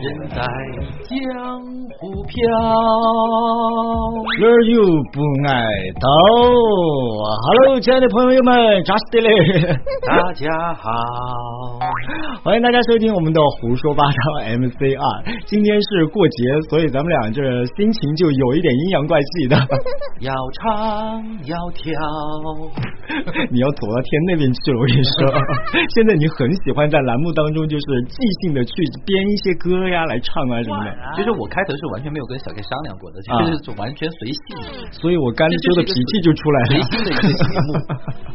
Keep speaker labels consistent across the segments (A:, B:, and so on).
A: 人在江湖飘，
B: 这儿又不挨刀啊！Hello，亲爱的朋友们，扎实的嘞！
A: 大家好。
B: 欢迎大家收听我们的胡说八道 MC 二。今天是过节，所以咱们俩这心情就有一点阴阳怪气的。
A: 要唱要跳，
B: 你要走到天那边去了，我 跟你说，现在你很喜欢在栏目当中就是即兴的去编一些歌呀来唱啊什么的。
A: 其实我开头是完全没有跟小 K 商量过的，
B: 啊
A: 就是完全随性。
B: 所以我刚才说的脾气就出来
A: 随
B: 了。
A: 心的一个节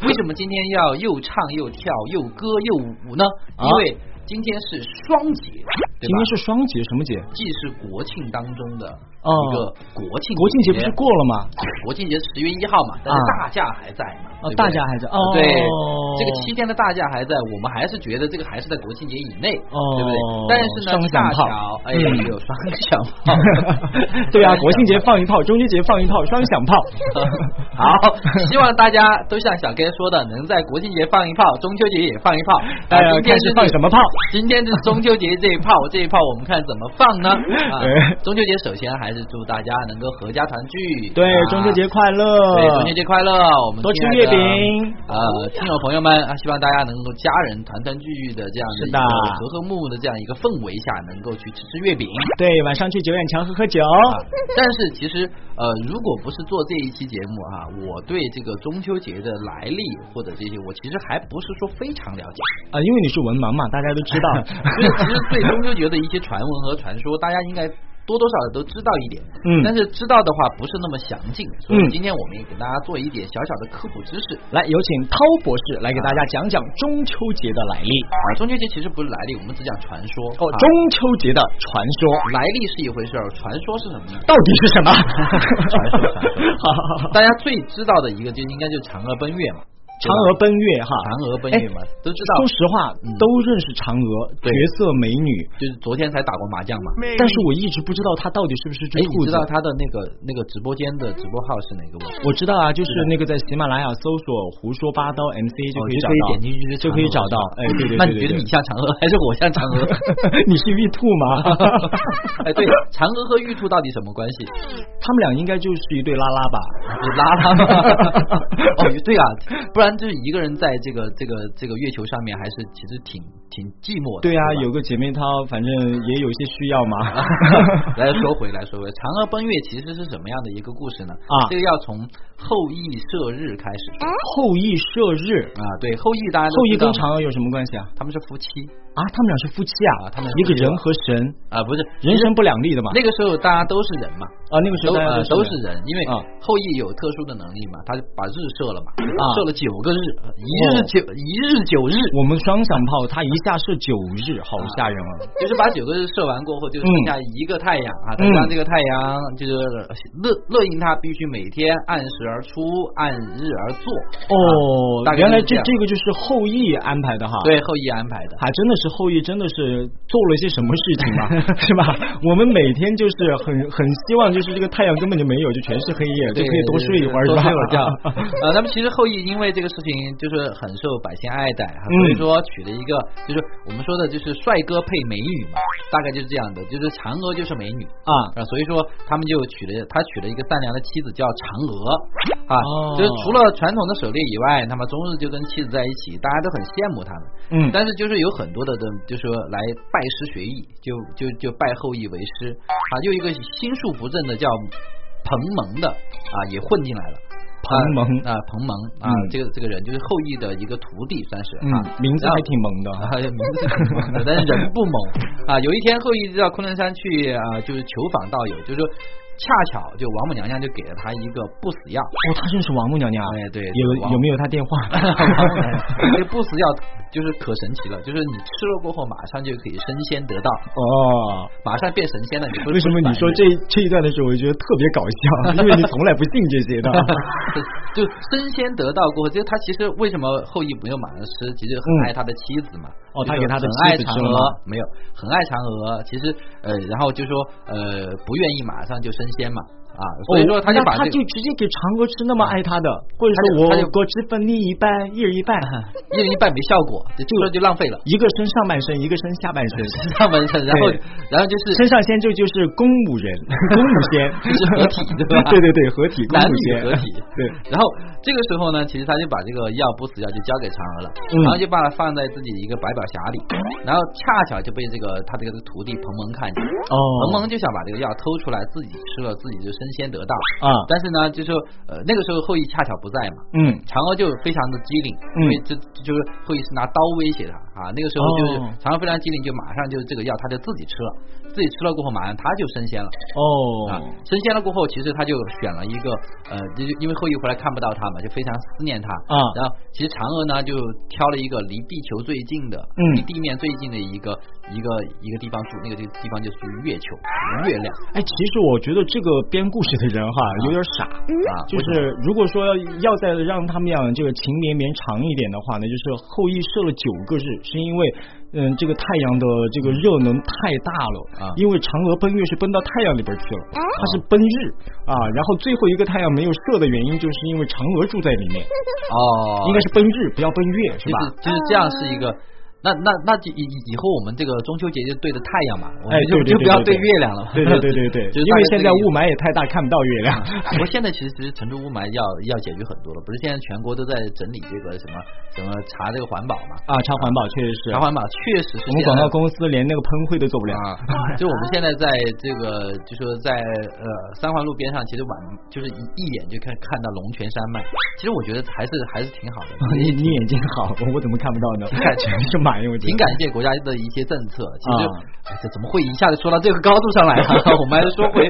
A: 目。为什么今天要又唱又跳又歌又舞呢？
B: 啊
A: 因为今天是双节，对
B: 今
A: 吧
B: 天？是双节，什么节？
A: 既是国庆当中的
B: 哦
A: 一个国庆
B: 国庆节不是过了吗？
A: 国庆节十月一号嘛，但是大假还在嘛？
B: 哦
A: 对不对啊
B: 大假还在哦
A: 对，这个七天的大假还在，我们还是觉得这个还是在国庆节以内，
B: 哦
A: 对不对？但是呢，
B: 双
A: 大
B: 响炮
A: 桥哎
B: 嗯，
A: 有双响炮
B: 对啊，国庆节放一炮，中秋节放一炮，双 响炮。
A: 好，希望大家都像小 K 说的，能在国庆节放一炮，中秋节也放一炮。
B: 大家
A: 啊今天
B: 看是放什么炮？
A: 今天是中秋节这一炮，这一炮我们看怎么放呢？ 啊
B: 哎，
A: 中秋节首先还是祝大家能够合家团聚。
B: 对
A: 啊，
B: 中秋节快乐！
A: 对，中秋节快乐！我们
B: 嗯多吃
A: 亲爱
B: 月
A: 的
B: 饼
A: 呃，听友朋友们啊，希望大家能够家人团团聚聚的这样的
B: 是
A: 一
B: 的
A: 个和和睦睦的这样一个氛围下，能够去吃吃月 饼。
B: 对，晚上去九眼桥喝喝酒。
A: 啊但是其实呃，如果不是做这一期节目啊，我对这个中秋节的来历或者这些，我其实还不是说非常了解。
B: 啊，因为你是文盲嘛，大家都知道。
A: 所以其实对中秋节的一些传闻和传说，大家应该。多多少少都知道一点，
B: 嗯
A: 但是知道的话不是那么详尽，所以
B: 嗯
A: 今天我们也给大家做一点小小的科普知识。
B: 来，有请涛博士来给大家讲讲中秋节的来历。
A: 啊，中秋节其实不是来历，我们只讲传说。
B: 哦，
A: 啊
B: 中秋节的传说
A: 来历是一回事儿，传说是什么 呢？
B: 到底是什 么？
A: 传说，传说。
B: 好好好，
A: 大家最知道的一个就应该就是嫦娥奔月嘛，
B: 嫦娥哎奔月哈，
A: 嫦娥奔月嘛，都啊知道
B: 说，实话
A: 嗯，
B: 都认识嫦娥，
A: 对
B: 绝色美女，
A: 就是昨天才打过麻将嘛。
B: 但是我一直不知道她到底是不是
A: 哎，
B: 只
A: 你
B: 兔
A: 知
B: 子
A: 道。他的那个那个直播间的直播号是哪个吗？
B: 我知道啊，就是那个在喜马拉雅搜索“胡说八道 MC” 就可以
A: 就
B: 找
A: 哦可以
B: 到，
A: 点进去
B: 哦就可以找到。哎，对对对对对，
A: 那你觉得你像嫦娥还是我像嫦娥？
B: 你是玉兔吗？
A: 哎，对，嫦娥和玉兔到底什么关系？
B: 他们俩应该就是一对拉拉吧？
A: 你拉拉吗？哦，对啊，不然就是一个人在这个这个这个月球上面，还是其实挺挺寂寞的。
B: 对啊，
A: 吧
B: 有个姐妹淘，反正也有一些需要嘛。
A: 来说回来说回，嫦娥奔月其实是什么样的一个故事呢？
B: 啊
A: 这个要从后羿射日开始说
B: 后羿射日，
A: 啊。对，后羿大家都
B: 后羿
A: 知道
B: 跟嫦娥有什么关系啊？
A: 他们是夫妻
B: 啊，他们俩是夫妻
A: 啊
B: 啊，
A: 他们
B: 一
A: 是夫
B: 个
A: 妻啊
B: 人和神，
A: 啊，不是
B: 人神不两立的嘛。
A: 那个时候大家都是人嘛，
B: 啊，那个时
A: 都
B: 候大
A: 呃
B: 家
A: 都是人，因为
B: 啊
A: 后羿有特殊的能力嘛，他就把日射了嘛，
B: 啊
A: 射了九个日，一日
B: 哦
A: 九一日九日，
B: 我们双响炮，他一下射九日，好吓人啊！
A: 就是把九个日射完过后，就剩下一个太阳啊，再
B: 嗯
A: 让这个太阳就是乐乐应它必须每天按时而出，按日而作。啊
B: 哦
A: 大，概
B: 原来
A: 就是这
B: 这
A: 样
B: 这个就是后羿安排的哈。。
A: 啊对，后羿安排的。
B: 还真的是后羿，真的是做了一些什么事 情嘛，是吧？我们每天就是很很希望，就是这个太阳根本就没有，就全是黑夜，就
A: 对
B: 可以多睡一会儿，
A: 多
B: 是吧？
A: 睡会儿觉。 呃，那么其实后羿因为这个事情就是很受百姓爱戴啊，所以
B: 嗯
A: 说娶了一个就是我们说的就是帅哥配美女嘛，大概就是这样的，就是嫦娥就是美女
B: 啊
A: 啊，所以说他们就娶了他娶了一个善良的妻子叫嫦娥啊，
B: 哦
A: 就是除了传统的狩猎以外，他们终日就跟妻子在一起，大家都很羡慕他们。
B: 嗯，
A: 但是就是有很多的，就是说来拜师学艺，就就就拜后羿为师啊。又一个心术不正的叫彭蒙的啊，也混进来了。
B: 彭蒙
A: 啊，彭蒙啊，
B: 嗯
A: 这个这个人就是后�羿的一个徒弟，算是啊。
B: 嗯，名字还挺萌的。哦
A: 啊，名字挺猛 的，但是人不猛啊。有一天，后羿就到昆仑山去啊，就是求访道友，就是说恰巧就王母娘娘就给了他一个不死药，
B: 哦，他认识王母娘娘，
A: 哎对是
B: 有
A: 王
B: 有没有她电 话？
A: 这不死药就是可神奇了，就是你吃了过后马上就可以升仙得道，
B: 哦，
A: 马上变神仙了。你不是
B: 为什么你说这这一段的时候，我就觉得特别搞笑，因为你从来不信这些的。
A: 就升仙得道过后，就他其实为什么后羿没有马上吃，其实很爱他的妻子嘛。
B: 哦
A: 就是
B: 他给他的
A: 很
B: 妻
A: 爱
B: 子
A: 嫦
B: 吃了
A: 娥
B: 吗，
A: 没有很爱嫦娥。其实呃，然后就说呃不愿意马上就升仙嘛啊，所以说他就
B: 哦那
A: 把
B: 他
A: 这
B: 就
A: 个嗯
B: 直接给嫦娥吃那么爱她的，或者说
A: 他
B: 我
A: 就他嗯就
B: 各吃分你一半，一人一半，
A: 一人一半没效果，就就说就浪费了。
B: 一个身上半身，一个身下半身。
A: 上半身，然后
B: 对
A: 然后就是
B: 身上先就就是公 母人，公母仙，
A: 就是合体对吧
B: 对对对，合体，公
A: 男女
B: 母仙，。
A: 合体
B: 对，
A: 然后这个时候呢，其实他就把这个药不死药就交给嫦娥了，
B: 嗯
A: 然后就把它放在自己一个百宝匣里，然后恰巧就被这个他这个徒弟彭蒙看见，
B: 哦，
A: 彭蒙就想把这个药偷出来自己吃了，自己就升仙得道。
B: 啊，
A: 但是呢，就是呃那个时候后羿恰巧不在嘛，
B: 嗯，
A: 嫦娥就非常的机灵，
B: 嗯
A: 因为这这就是后羿是拿刀威胁他啊。那个时候就是
B: 哦
A: 嫦娥非常机灵，就马上就这个药他就自己吃了，自己吃了过后马上他就升仙了。啊，
B: 哦，
A: 升仙了过后，其实他就选了一个呃，就因为后羿回来看不到他嘛，就非常思念他
B: 啊
A: 然后其实嫦娥呢就挑了一个离地球最近的，
B: 嗯
A: 离地面最近的一个一个一个地方住，那个地地方就属于月球，月亮
B: 哎，其实我觉得这个编故事的人哈有点傻，
A: 啊，
B: 就
A: 为什么
B: 是如果说要要再让他们俩这个情绵绵长一点的话呢，就是后羿射了九个日，是因为嗯这个太阳的这个热能太大了，
A: 啊
B: 因为嫦娥奔月是奔到太阳里边去了，它是奔日啊，然后最后一个太阳没有射的原因，就是因为嫦娥住在里面，
A: 哦，
B: 应该是奔日，不要奔月，是
A: 就
B: 吧？
A: 是就是这样是一个。那那那就以以以后我们这个中秋节就对着太阳嘛，我
B: 哎
A: 们就、
B: 对对对
A: 就不要
B: 对对
A: 月亮了。啊
B: 对对对 对对，
A: 就是
B: 因为现在雾
A: 霾。
B: 霾也太大，看不到月亮。
A: 不过现在其实其实城市雾霾要要解决很多了，不是现在全国都在整理这个什么什么查这个环保嘛？
B: 啊，查环保确实是，
A: 查环保确实是
B: 我们
A: 现在
B: 广告公司连那个喷绘都做不了。
A: 啊， 就我们现在在这个就说在呃三环路边上，其实晚就是一一眼就看看到龙泉山脉，其实我觉得还是还是挺好的。
B: 你你眼睛好，我我怎么看不到呢？
A: 感觉
B: 全 是满意，我觉得
A: 挺感谢国家的一些政策，其实、哎这怎么会一下子说到这个高度上来了、 我们还是说回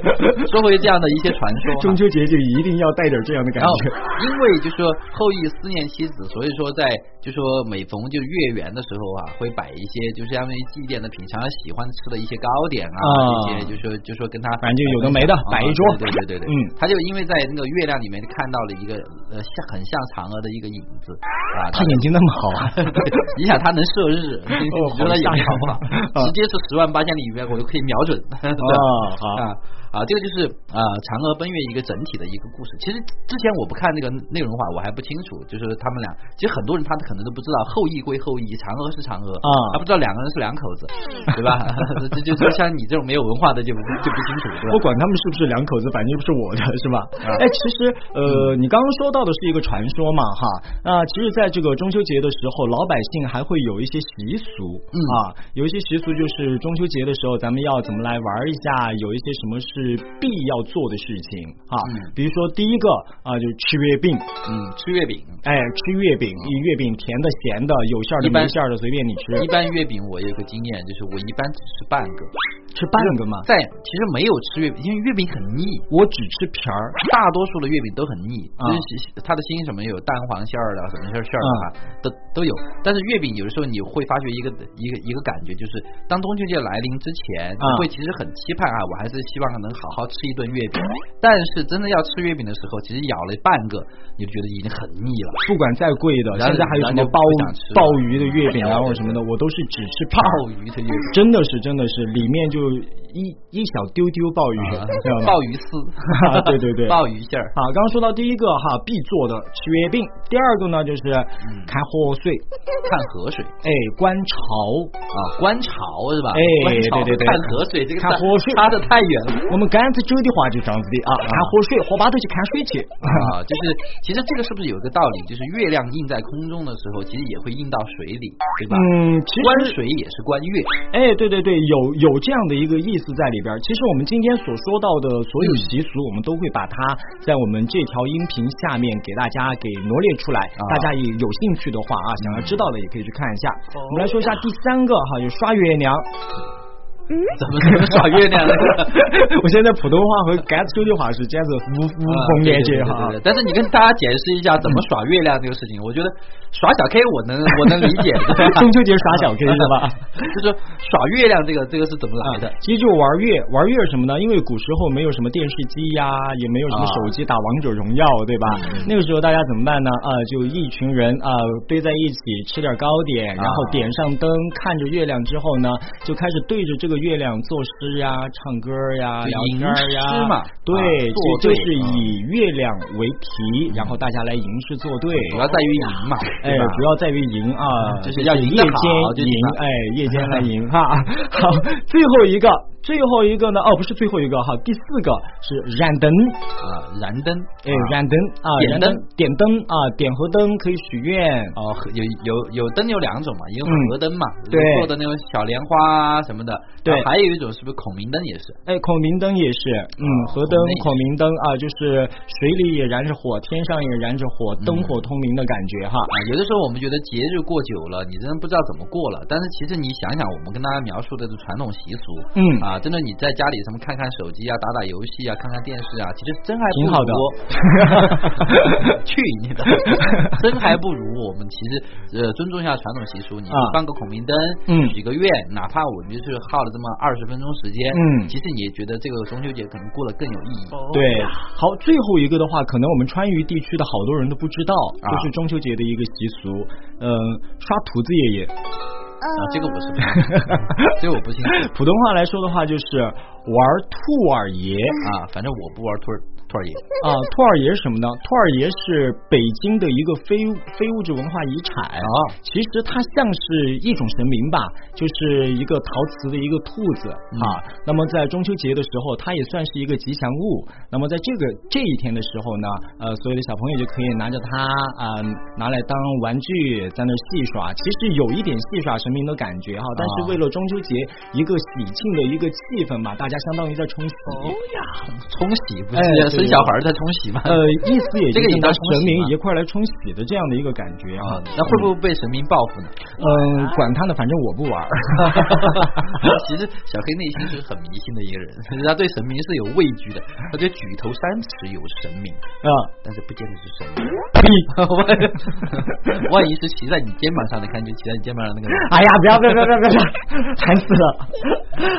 A: 说回这样的一哦些传说哈。
B: 中秋节就一定要带点这样的感
A: 然后
B: 觉。，
A: 因为就说后羿思念妻子，所以说在就说每逢就月圆的时候啊，会摆一些就是相当于祭奠的品尝喜欢吃的一些糕点啊，
B: 啊
A: 一些就说就说跟他
B: 反正就有的没的
A: 啊
B: 摆一桌
A: 对对对对，
B: 嗯
A: 他就因为在那个月亮里面看到了一个呃像很像嫦娥的一个影子啊，
B: 他眼睛那么好啊！
A: 你想他能射日， 你
B: 哦
A: 你觉得他有
B: 好吓人
A: 好不好？
B: 啊
A: 直接是十万八千里以外，我就可以瞄 准。
B: 哦，
A: 啊
B: 好，
A: 啊，这个就是啊，嫦娥奔月一个整体的一个故事。其实之前我不看那个内容的话，我还不清楚，就是他们俩，其实很多人他可能都不知道后羿归后羿，嫦娥是嫦娥
B: 啊
A: 他不知道两个人是两口子，对吧？ 这就就像你这种没有文化的就不就不清楚，对吧
B: 不？管他们是不是两口子，反正不是我的，是吧？
A: 啊
B: 哎，其实呃，
A: 嗯
B: 你刚刚说到的是一个传说嘛，哈。那其实，在这个中秋节的时候，老百姓还会有一些习俗
A: 嗯
B: 啊，有一些习俗就是中秋节的时候，咱们要怎么来玩一下，有一些什么是必要做的事情啊
A: 嗯。
B: 比如说第一个啊，就是吃月饼，
A: 嗯，吃月饼，
B: 哎，吃月饼，月饼甜的、咸的，有馅儿的、
A: 一般
B: 没馅儿的，随便你吃。
A: 一般月饼我有个经验，就是我一般只吃半个，
B: 吃半个嘛，
A: 在其实没有吃月饼，因为月饼很腻，
B: 我只吃皮儿。
A: 大多数的月饼都很腻，
B: 啊
A: 就是它的心什么有蛋黄馅儿的，什么馅儿馅儿的啊，都都有。但是月饼有的时候你会发觉一个一个一个感觉，就是当中秋节来临之前，你
B: 啊
A: 会其实很期盼啊，我还是希望能好好吃一顿月饼。但是真的要吃月饼的时候，其实咬了半个，你就觉得已经很腻 了。
B: 不管再贵的，
A: 然后
B: 现在还有什么
A: 然后就
B: 鲍
A: 不想吃了
B: 鲍鱼的月饼啊，或者什么的，我都是只吃
A: 鲍
B: 鲍鱼。
A: 鱼的月饼，
B: 真的是，真的是，里面就一一小丢丢鲍 鱼，啊知道吗？，
A: 啊鲍鱼丝
B: 对对 对
A: 鲍鱼馅儿。
B: 好，刚刚说到第一个哈必做的吃月饼，第二个呢就是
A: 嗯
B: 看贺岁，
A: 看河水
B: 哎观潮，
A: 啊，观潮是吧？
B: 哎
A: 观啊潮
B: 对对对
A: 看河水这个
B: 看
A: 差
B: 河水
A: 差的太远了。
B: 我们甘子州的话就这样子的啊，看河水，河巴头去看水去，
A: 啊，就是其实这个是不是有个道理？就是月亮映在空中的时候，其实也会映到水里，对吧？
B: 嗯，其实
A: 观水也是观月，
B: 哎，对对对，有有这样的一个意思在里边儿。其实我们今天所说到的所有习俗，我们都会把它在我们这条音频下面给大家给罗列出来。
A: 啊
B: 大家也有兴趣的话
A: 哦
B: 啊，想要知道的也可以去看一下。我们来说一下第三个哈，有刷月亮。
A: 怎么怎么耍月亮呢？
B: 我现在普通话和甘州的话是简直无无
A: 啊
B: 缝
A: 对
B: 连嗯接
A: 对对
B: 哈。嗯
A: 对对但是你跟大家解释一下怎么耍月亮这个事情，我觉得耍小 K 我能我能理解，对 吧
B: 中秋节耍小 K 是吧？
A: 就是耍月亮这个这个是怎么来的？
B: 其实就玩月玩月什么呢？因为古时候没有什么电视机呀、也没有什么
A: 啊嗯
B: 手机打王者荣耀，对吧？那个时候大家怎么办呢？啊、就一群人啊、堆在一起吃点糕点，然后
A: 啊
B: 点上灯，看着月亮之后呢，就开始对着这个月亮作诗呀、唱歌呀、
A: 就
B: 聊
A: 吟
B: 天儿呀，
A: 诗嘛
B: 对，
A: 啊
B: 就
A: 作
B: 就
A: 对
B: 是
A: 啊
B: 以月亮为题，然后大家来吟诗作对。
A: 主要在于赢嘛，
B: 哎，
A: 对吧
B: 主要在于赢啊，
A: 就是要赢
B: 夜
A: 得
B: 间
A: 好就是
B: 赢
A: 吧，
B: 哎，夜间来赢哈。好，最后一个，最后一个呢？哦，不是最后一个哈，第四个是燃灯，
A: 啊，燃灯，
B: 哎
A: 啊，
B: 燃灯啊，
A: 点
B: 燃
A: 灯
B: 点灯啊，点和灯可以许愿。
A: 哦，和有有有灯有两种嘛，一个
B: 嗯
A: 河灯嘛，
B: 对
A: 做的那种小莲花啊什么的，
B: 对
A: 然后还有一种是不是孔明灯也是？啊
B: 哎，孔明灯也是，嗯，河灯、
A: 哦孔
B: 孔明灯啊，就是水里也燃着火，天上也燃着火，
A: 嗯
B: 灯火通明的感觉哈。
A: 啊，有的时候我们觉得节日过久了，你真的不知道怎么过了。但是其实你想想，我们跟大家描述的这传统习俗，
B: 嗯
A: 啊，真的你在家里什么看看手机啊，打打游戏啊，看看电视啊，其实真还不
B: 挺好的
A: 如去你的，真还不如我们其实呃尊重一下传统习俗，你
B: 啊
A: 放个孔明灯，
B: 嗯
A: 许个愿，哪怕我们就是耗了这么二十分钟时间，
B: 嗯
A: 其实你也觉得这个中秋节可能过得更有意义。
B: 对，好，最后一个的话，可能我们川渝地区的好多人都不知道，
A: 啊
B: 就是中秋节的一个习俗，嗯、刷兔子爷 爷。
A: 啊，这个我 是不清楚，这个我不清楚
B: 普通话来说的话，就是玩兔儿爷
A: 啊，反正我不玩兔儿兔儿爷。
B: 啊。兔儿爷是什么呢？兔儿爷是北京的一个非物非物质文化遗产。
A: 哦
B: 其实它像是一种神明吧，就是一个陶瓷的一个兔子、
A: 嗯
B: 啊。那么在中秋节的时候，它也算是一个吉祥物。那么在这个这一天的时候呢，呃，所有的小朋友就可以拿着它啊、拿来当玩具，在那戏耍。其实有一点戏耍神明的感觉哈，
A: 啊
B: 但是为了中秋节一个喜庆的一个气氛吧，大家相当于在冲喜。
A: 哦冲洗不
B: 哎
A: 是
B: 对
A: 生小孩儿在冲洗吗？
B: 呃，意思也
A: 这个
B: 就
A: 也
B: 是
A: 叫
B: 拿
A: 冲喜
B: 神明
A: 吗
B: 一块儿来冲喜的这样的一个感觉
A: 啊
B: 哈，。
A: 那会啊不会被神明报复呢？
B: 嗯，管他呢，反正我不玩儿。
A: 其实小黑内心是很迷信的一个人，他对神明是有畏惧的，他觉得举头三尺有神明，
B: 啊，
A: 但是不见得是神 明。 万万一是骑在你肩膀上的，看就骑在你肩膀上那个人。
B: 哎呀，不要不要不要不要不 要，烦死了！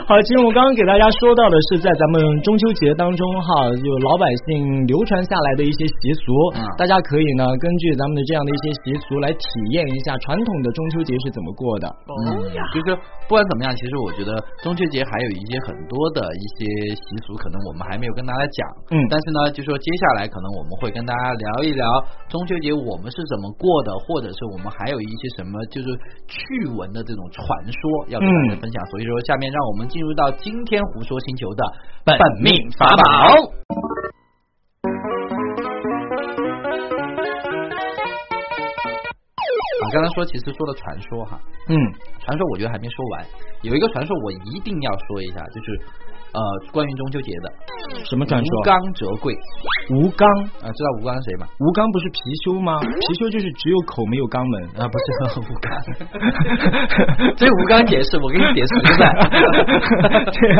B: 好，其实我刚刚给大家说到的是，在咱们中秋节当中哈，有老百姓流传下来的一些习俗，
A: 嗯
B: 大家可以呢根据咱们的这样的一些习俗来体验一下传统的中秋节是怎么过的。
A: 嗯，
B: 哎
A: 就是说不管怎么样，其实我觉得中秋节还有一些很多的一些习俗，可能我们还没有跟大家讲。
B: 嗯
A: 但是呢，就说接下来可能我们会跟大家聊一聊中秋节我们是怎么过的，或者是我们还有一些什么就是趣闻的这种传说要跟大家分享。所以说，下面让我们进入到今天胡说星球的本命法宝。啊，刚才说其实说的传说哈，
B: 嗯
A: 传说我觉得还没说完，有一个传说我一定要说一下，就是呃关于中秋节的
B: 什么啊传
A: 吴
B: 说？
A: 刚折桂
B: 吴刚，
A: 啊、知道吴刚是谁吗？
B: 吴刚不是貔貅吗？貔貅就是只有口没有肛门。
A: 啊，不是 吴刚，这吴刚解释，我给你解释明白。
B: 对啊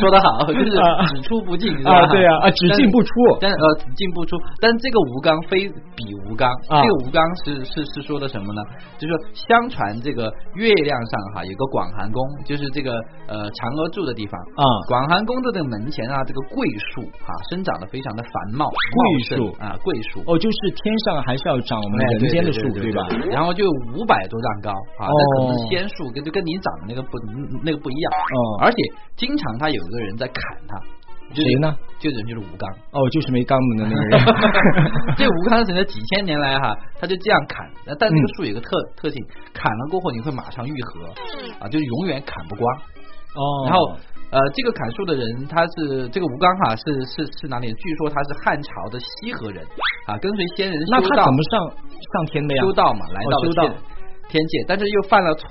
A: 说得好，就是
B: 啊
A: 只出不进，是吧
B: 啊，对啊，啊，只进不出。
A: 但是呃只进不出，但是这个吴刚非彼吴刚，
B: 啊
A: 这个吴刚是是是说的什么呢？就是说相传这个月亮上哈有个广寒宫，就是这个呃嫦娥住的地方
B: 啊
A: 广寒宫的这个门前啊，这个桂树啊生长得非常的繁茂，
B: 桂树
A: 茂盛啊桂树。
B: 哦，就是天上还是要长我们
A: 哎
B: 人间的树，
A: 对
B: 吧？
A: 然后就五百多丈高啊，那可能
B: 哦
A: 是仙树跟就跟你长的那个不那个不一样，
B: 哦，
A: 而且经常他有一个人在砍他，就是
B: 谁呢？
A: 就人就是吴刚，
B: 哦，就是没肛门的那个 人。
A: 这吴康神呢，几千年来哈，他就这样砍，那但这个
B: 嗯
A: 树有个特、特性，砍了过后你会马上愈合，啊，就永远砍不光。
B: 哦，
A: 然后呃，这个砍树的人他是这个吴刚哈，是是是哪里人？据说他是汉朝的西河人啊，跟随先人
B: 那
A: 修
B: 他
A: 道
B: 怎么上上天的呀？
A: 修道嘛，来到
B: 哦
A: 了
B: 修道
A: 天天界，但是又犯了错。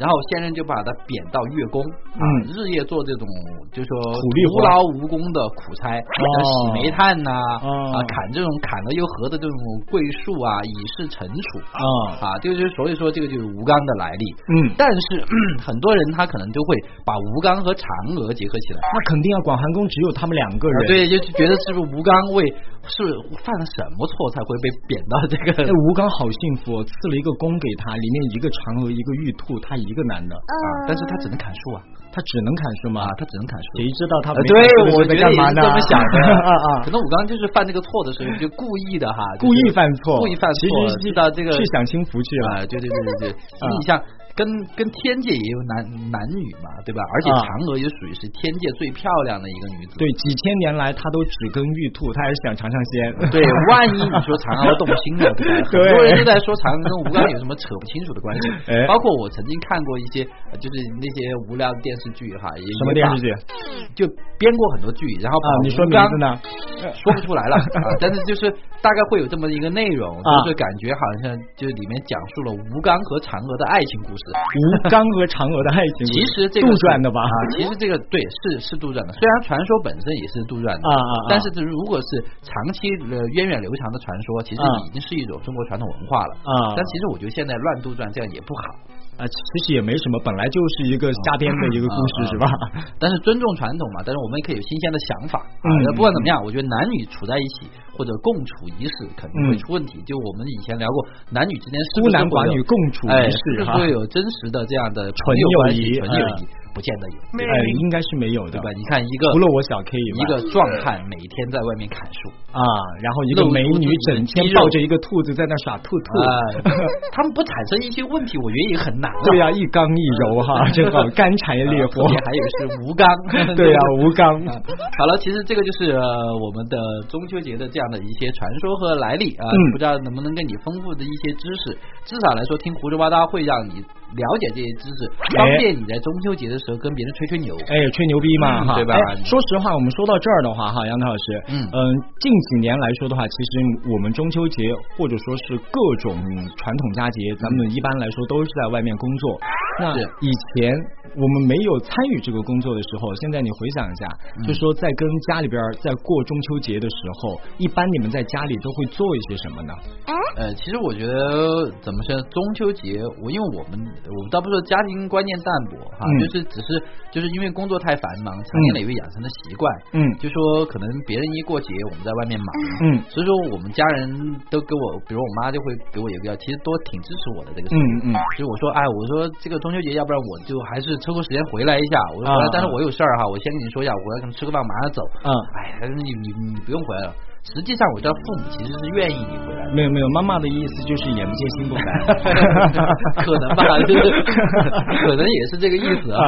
A: 然后先人就把他贬到月宫，啊
B: 嗯，
A: 日夜做这种就说
B: 苦力活
A: 徒劳无功的苦差，洗煤炭呐，
B: 哦
A: 啊，砍这种砍了又合的这种桂树啊，以示惩处
B: 啊
A: 啊，这个就是所以说这个就是吴刚的来历。
B: 嗯，
A: 但是、 很多人他可能就会把吴刚和嫦娥结合起来，
B: 那肯定啊，广寒宫只有他们两个人。，
A: 啊对，就是觉得是不是吴刚为是犯了什么错才会被贬到这个
B: 哎，吴刚好幸福、哦，赐了一个宫给他，里面一个嫦娥，一个玉兔，他一个男的，
A: 啊？但是他只能砍树啊
B: 他只能砍树吗
A: 啊？，他只能砍树。
B: 谁知道他
A: 呃
B: 没
A: 对
B: 砍树的时，
A: 我
B: 候
A: 觉
B: 在
A: 得
B: 干嘛
A: 也是
B: 呢？
A: 这么想的
B: 啊啊，
A: 可能吴刚就是犯这个错的时 候就故意的哈，就是
B: 故意犯错，
A: 故意犯错
B: 其实是
A: 知道这个
B: 去享清福去了。
A: 啊，对对对对对，你像跟跟天界也有男男女嘛，对吧？而且
B: 啊
A: 嫦娥也属于是天界最漂亮的一个女子。
B: 对，几千年来他都只跟玉兔，他还是想尝尝 鲜。
A: 对，万一你说嫦娥动心 了，对吧？很
B: 对
A: 多人都在说嫦娥跟吴刚有什么扯不清楚的关系
B: 哎，
A: 包括我曾经看过一些呃就是那些无聊的电视剧哈，也
B: 什么电视剧
A: 也把就编过很多剧，然后
B: 啊
A: 把？
B: 你说
A: 吴
B: 名
A: 刚
B: 字呢？
A: 说不出来了 啊，但是就是大概会有这么一个内容，
B: 啊
A: 就是感觉好像就里面讲述了吴刚和嫦娥的爱情故事。
B: 吴刚和嫦娥的爱情故
A: 其
B: 事，
A: 实这个
B: 嗯杜
A: 是
B: 撰的吧？
A: 啊，其实这个对是是杜撰的，虽然传说本身也是杜撰的
B: 啊啊啊
A: 但是这如果是长期呃源远流长的传说，其实
B: 啊
A: 已经是一种中国传统文化了
B: 啊
A: 但其实我觉得现在乱杜撰这样也不好，
B: 啊，其实也没什么，本来就是一个瞎编的一个故事，
A: 啊啊
B: 是吧？
A: 但是尊重传统嘛，但是我们也可以有新鲜的想法啊
B: 嗯。
A: 那不管怎么样，我觉得男女处在一起或者共处一室肯定会出问题。就我们以前聊过，男女之间是
B: 嗯
A: 不
B: 孤
A: 是
B: 男
A: 会
B: 寡
A: 有
B: 女共处
A: 哎，
B: 一
A: 是
B: 室
A: 不是
B: 哈，
A: 会有真实的这样的纯
B: 友
A: 关系
B: 谊
A: 纯友谊
B: 嗯
A: 不见得有，对吧
B: 哎，应该是没有的
A: 对吧？你看一个
B: 除了我小 K 以外
A: 一个壮汉每天在外面砍树
B: 啊，然后一个
A: 露出
B: 美
A: 自己
B: 女
A: 的
B: 整天
A: 肌肉
B: 抱着一个兔子在那耍兔兔，
A: 啊， 他们不产生一些问题，我觉得也很难了。
B: 对啊呀，一刚一柔 哈，真好，干柴
A: 啊
B: 烈火，
A: 特，别还有是吴刚
B: 对呀，吴刚，
A: 啊好了，其实这个就是、呃我们的中秋节的这样的一些传说和来历啊，
B: 嗯
A: 不知道能不能给你丰富的一些知识，至少来说听胡说八道会让你了解这些知识，方便你在中秋节的时候跟别人吹吹牛。
B: 哎，吹牛逼嘛
A: 嗯
B: 哈，
A: 对吧
B: 哎说实话，我们说到这儿的话哈，杨涛老师，
A: 嗯
B: 近几年来说的话，其实我们中秋节或者说是各种传统佳节，咱们一般来说都是在外面工作。那
A: 是
B: 以前我们没有参与这个工作的时候，现在你回想一下，
A: 嗯
B: 就说在跟家里边儿在过中秋节的时候，一般你们在家里都会做一些什么呢？
A: 呃，其实我觉得怎么说，中秋节我因为我们我们倒不是说家庭观念淡薄哈，
B: 嗯
A: 就是只是就是因为工作太繁忙，长年累月养成的习惯，
B: 嗯
A: 就说可能别人一过节，我们在外面忙。
B: 嗯
A: 所以说，我们家人都给我，比如我妈就会给我一个，其实都挺支持我的这个事
B: 嗯
A: 情。
B: 嗯，
A: 所以我说，哎，我说这个中秋节，要不然我就还是抽个时间回来一下。我说回来，
B: 啊
A: 但是我有事儿哈，我先跟你说一下，我回来可能吃个饭，马上走。
B: 嗯
A: 哎，他说你你你不用回来了。实际上，我知道父母其实是愿意你回来的。，
B: 没有没有，妈妈的意思就是眼不见心不烦
A: 可能吧，就是 可能也是这个意思啊。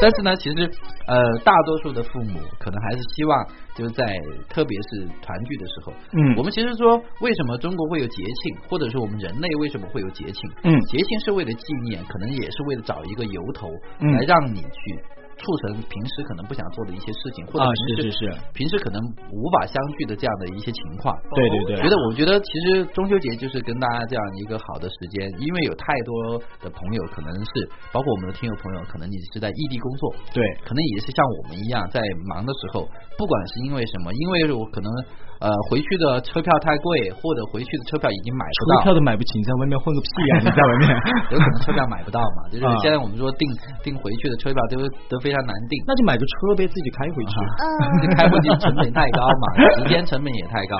A: 但是呢，其实呃，大多数的父母可能还是希望就是在特别是团聚的时候，
B: 嗯
A: 我们其实说为什么中国会有节庆，或者是我们人类为什么会有节庆？
B: 嗯
A: 节庆是为了纪念，可能也是为了找一个由头
B: 嗯
A: 来让你去。促成平时可能不想做的一些事情，或者
B: 啊
A: 平时
B: 是是是
A: 平时可能无法相聚的这样的一些情况，
B: 对对对
A: 觉得我觉得其实中秋节就是跟大家这样一个好的时间，因为有太多的朋友可能是，包括我们的听友朋友，可能你是在异地工作，
B: 对。
A: 可能也是像我们一样，在忙的时候，不管是因为什么，因为我可能呃回去的车票太贵，或者回去的车票已经买不
B: 车
A: 到
B: 票。都买不起，你在外面混个屁呀、你在外 面，
A: 有可能车票买不到嘛， 就是
B: 啊
A: 现在我们说订订回去的车票都都非常难 订，
B: 那就买个车呗，自己开回去。
A: 这开过去成本太高嘛，时间成本也太高。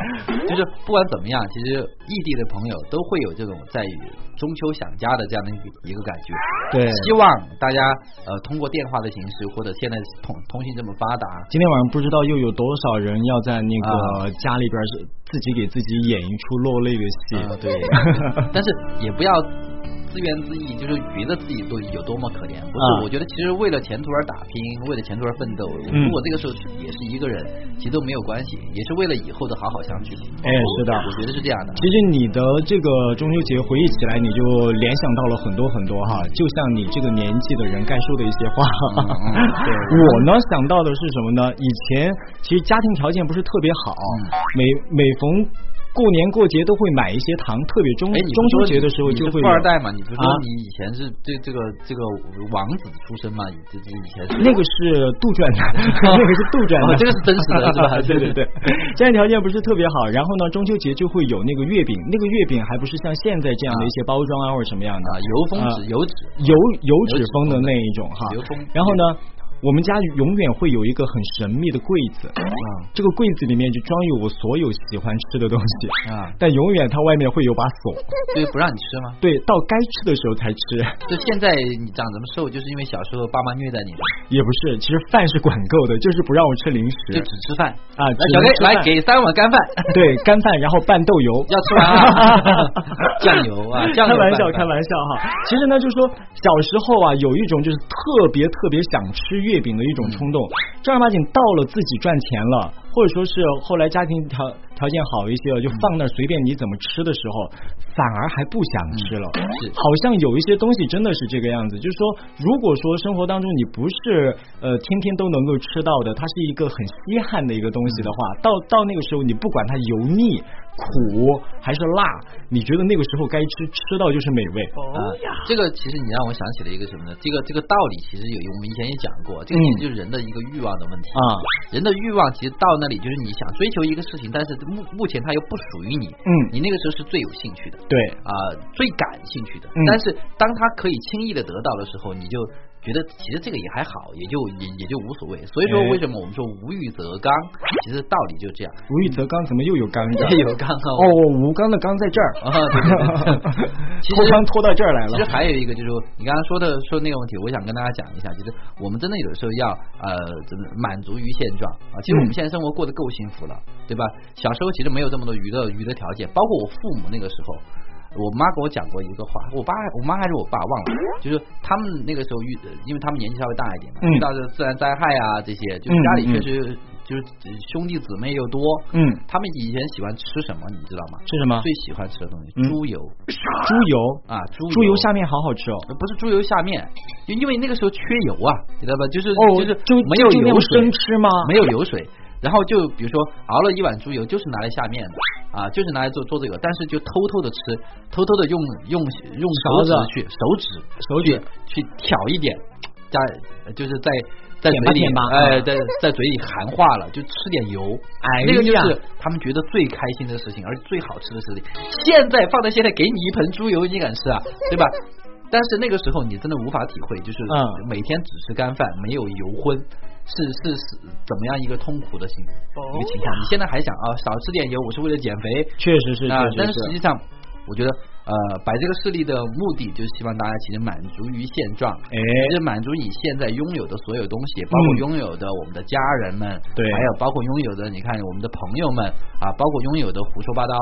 A: 就是不管怎么样，其实异地的朋友都会有这种在与中秋想家的这样的一个感 觉。
B: 对，
A: 希望大家呃通过电话的形式，或者现在通通信这么发达，
B: 今天晚上不知道又有多少人要在那个家里边是自己给自己演一出落泪的 戏。
A: 啊对但是也不要自怨自艾，就是觉得自己多有多么可怜。不
B: 啊
A: 是，我觉得其实为了前途而打拼，为了前途而奋斗。
B: 嗯
A: 如果这个时候也是一个人，其实都没有关系，也是为了以后的好好相聚。
B: 哎是的
A: 我觉得是这样的。
B: 其实你的这个中秋节回忆起来，你就联想到了很多很多哈，就像你这个年纪的人该说的一些话。
A: 嗯 对
B: 我呢想
A: 嗯
B: 到的是什么呢？以前其实家庭条件不是特别好，每每逢过年过节都会买一些糖，特别中
A: 哎，你
B: 中秋节的时候就会
A: 你是富
B: 有
A: 二代嘛？你不是说
B: 啊
A: 你以前是这这个这个王子出身嘛？你这这以前是
B: 那个是杜撰 的，那个是杜撰的，
A: 哦这个是真实 的是吧
B: 对对对，家庭条件不是特别好，然后呢，中秋节就会有那个月饼，那个月饼还不是像现在这样的一些包装啊或者什么样的
A: 啊，油封纸油纸
B: 油油纸风的那一种哈
A: 油封。
B: 啊然后呢，我们家永远会有一个很神秘的柜子，
A: 啊
B: 啊这个柜子里面就装有我所有喜欢吃的东西，
A: 啊，
B: 但永远它外面会有把锁，
A: 所以不让你吃吗？
B: 对，到该吃的时候才吃。
A: 就现在你长这么瘦，就是因为小时候爸妈虐待你，
B: 也不是，其实饭是管够的，就是不让我吃零
A: 就
B: 食
A: 只吃饭
B: 啊。
A: 来，
B: 只
A: 小
B: 能
A: K
B: 吃
A: 来
B: 饭
A: 给三碗干饭，
B: 对干饭，然后拌豆油，
A: 要吃完啊， 酱油啊，酱
B: 开
A: 油拌
B: 玩笑，
A: 饭
B: 开玩笑哈。其实呢，就是说小时候啊，有一种就是特别特别想吃月饼的一种冲动。正儿八经到了自己赚钱了，或者说是后来家庭条条件好一些了，就放那儿随便你怎么吃的时候，反而还不想吃了。
A: 嗯是
B: 好像有一些东西真的是这个样子，就是说，如果说生活当中你不是呃天天都能够吃到的，它是一个很稀罕的一个东西的话，到到那个时候你不管它油腻、苦还是辣，你觉得那个时候该吃，吃到就是美味。
A: 啊，这个其实你让我想起了一个什么呢？这个这个道理其实有，我们以前也讲过，这个其实就是人的一个欲望的问题
B: 嗯啊。
A: 人的欲望其实到那里就是你想追求一个事情，但是目目前它又不属于你，
B: 嗯
A: 你那个时候是最有兴趣的
B: 对，
A: 啊、最感兴趣的。
B: 嗯
A: 但是当它可以轻易的得到的时候，你就。觉得其实这个也还好，也就也也就无所谓。所以说，
B: 哎
A: 为什么我们说无欲则刚？其实道理就这样。
B: 吴玉泽刚怎么又有 刚的？
A: 也有刚刚
B: 哦，吴刚的刚在这儿，
A: 哎啊，对对 对。其
B: 拖
A: 实
B: 刚拖到这儿来
A: 其
B: 了
A: 实。还有一个就是说你刚刚说的说那个问题，我想跟大家讲一下，就是我们真的有的时候要呃怎么满足于现状啊。其实我们
B: 嗯
A: 现在生活过得够幸福了，对吧？小时候其实没有这么多娱乐娱乐条件，包括我父母那个时候。我妈跟我讲过一个话，我爸我妈还是我爸忘了，就是他们那个时候遇，呃因为他们年纪稍微大一点嘛，
B: 嗯
A: 遇到的自然灾害啊这些，就是家里确实就是兄弟姊妹又多，
B: 嗯，
A: 他们以前喜欢吃什么，你知道吗？
B: 是什么？
A: 最喜欢吃的东西，
B: 啊嗯
A: 猪油
B: 猪油，
A: 啊，猪
B: 猪油下面好好吃哦。
A: 不是猪油下面，就因为那个时候缺油啊，你知道吧？就是、
B: 哦，
A: 就是
B: 就
A: 没有
B: 就那样
A: 油水啊
B: 生，吃吗？
A: 没有油水，然后就比如说熬了一碗猪油，就是拿来下面的啊，就是拿来做做这个，但是就偷偷的吃，偷偷的用用用手
B: 勺子
A: 指去手指
B: 手指
A: 去去挑一点，加就是在。在
B: 舔吧
A: 嘴里
B: 舔吧，
A: 哎，在在嘴里含化了，就吃点油。
B: 哎
A: 那个就
B: 呀
A: 是啊他们觉得最开心的事情，而最好吃的事情。现在放在现在，给你一盆猪油，你敢吃啊？对吧？但是那个时候你真的无法体会，就是
B: 嗯
A: 每天只吃干饭，没有油荤，是是是怎么样一个痛苦的情一个情况。你现在还想啊，少吃点油，我是为了减肥，
B: 确实是，
A: 啊
B: 确，
A: 但
B: 实
A: 是实际上，我觉得呃，摆这个事例的目的就是希望大家其实满足于现状，
B: 哎，
A: 其实满足你现在拥有的所有东西，包括拥有的我们的家人们，
B: 嗯对
A: 还有包括拥有的你看我们的朋友们啊，包括拥有的胡说八道。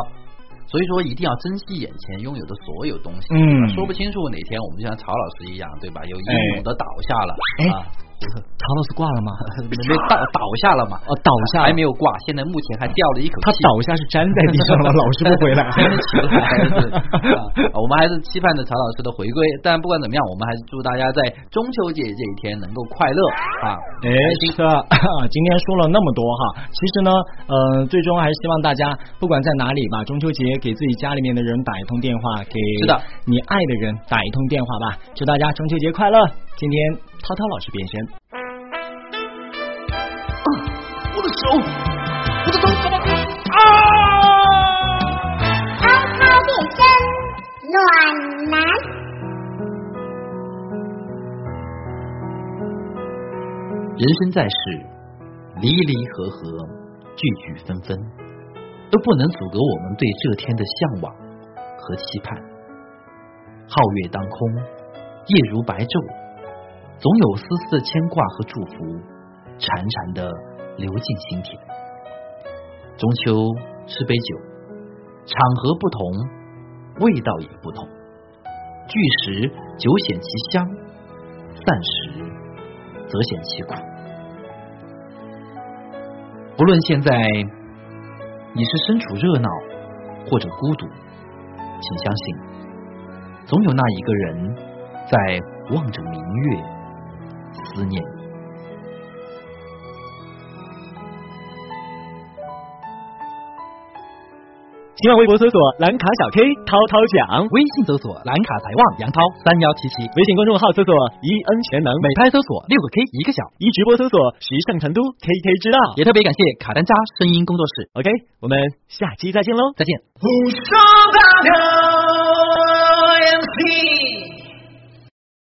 A: 所以说，一定要珍惜眼前拥有的所有东西。
B: 嗯
A: 说不清楚哪天我们就像曹老师一样，对吧？有
B: 哎
A: 英勇的倒下了，
B: 哎
A: 啊，
B: 曹老师挂了吗？
A: 没倒倒下了嘛？
B: 哦，倒下
A: 还
B: 了
A: 没，有挂，现在目前还掉了一口气。
B: 他倒下是粘在地上了，老师不 回来，
A: 还没起来对啊我们还是期盼着曹老师的回归。但不管怎么样，我们还是祝大家在中秋节这一天能够快乐啊！
B: 哎，这个今天说了那么多哈，其实呢，呃，最终还是希望大家不管在哪里吧，中秋节给自己家里面的人打一通电话，给
A: 是的
B: 你爱的人打一通电话吧，祝大家中秋节快乐！今天涛涛老师变身，
C: 我的手，我的头怎
D: 啊
C: 么
D: 涛涛变身暖男，
A: 人生在世，离离合合，聚聚分分，都不能阻隔我们对这天的向往和期盼。皓月当空，夜如白昼，总有丝丝的牵挂和祝福，潺潺的流进心田。中秋吃杯酒，场合不同，味道也不同。聚时酒显其香，散时则显其苦。不论现在你是身处热闹或者孤独，请相信，总有那一个人在望着明月思念你。
B: 新浪微博搜索“兰卡小 K 涛涛讲”，
A: 微信搜索“兰卡财旺杨涛三幺七七”，
B: 微信公众号搜索“一 N 全能
A: 美拍搜索六个 K 一个小”，”，
B: 一直播搜索“时尚成都 KK 之道。
A: 也特别感谢卡丹扎声音工作室，”
B: OK，我们下期再见喽。
A: 再见。
D: 胡说八道 MC。